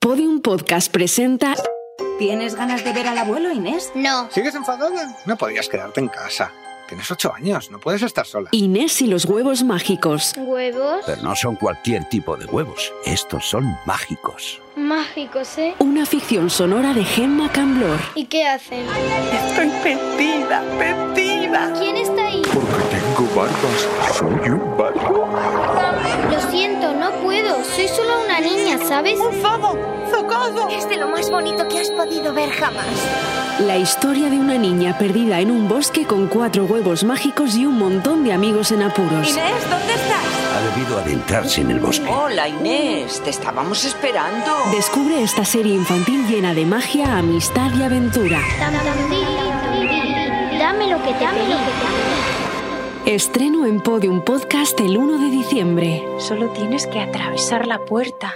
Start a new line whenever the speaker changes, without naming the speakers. Podium Podcast presenta
¿Tienes ganas de ver al abuelo, Inés?
No.
¿Sigues enfadada? No podías quedarte en casa. Tienes ocho años, no puedes estar sola.
Inés y los huevos mágicos.
¿Huevos?
Pero no son cualquier tipo de huevos. Estos son mágicos.
Mágicos, ¿eh?
Una ficción sonora de Gemma Camblor.
¿Y qué hacen?
Estoy perdida, perdida.
¿Quién está ahí?
Porque tengo barbas, soy un barba.
Lo siento, no puedo. Soy solo una niña, ¿sabes?
Por favor, socorro.
Es de lo más bonito que has podido ver jamás.
La historia de una niña perdida en un bosque con cuatro huevos mágicos y un montón de amigos en apuros.
Inés, ¿dónde estás?
Ha debido adentrarse en el bosque.
Hola, Inés. Te estábamos esperando.
Descubre esta serie infantil llena de magia, amistad y aventura.
Tam, tam, ti, ti, ti. Dame lo que te dame lo que
Estreno en Podium Podcast el 1 de diciembre.
Solo tienes que atravesar la puerta.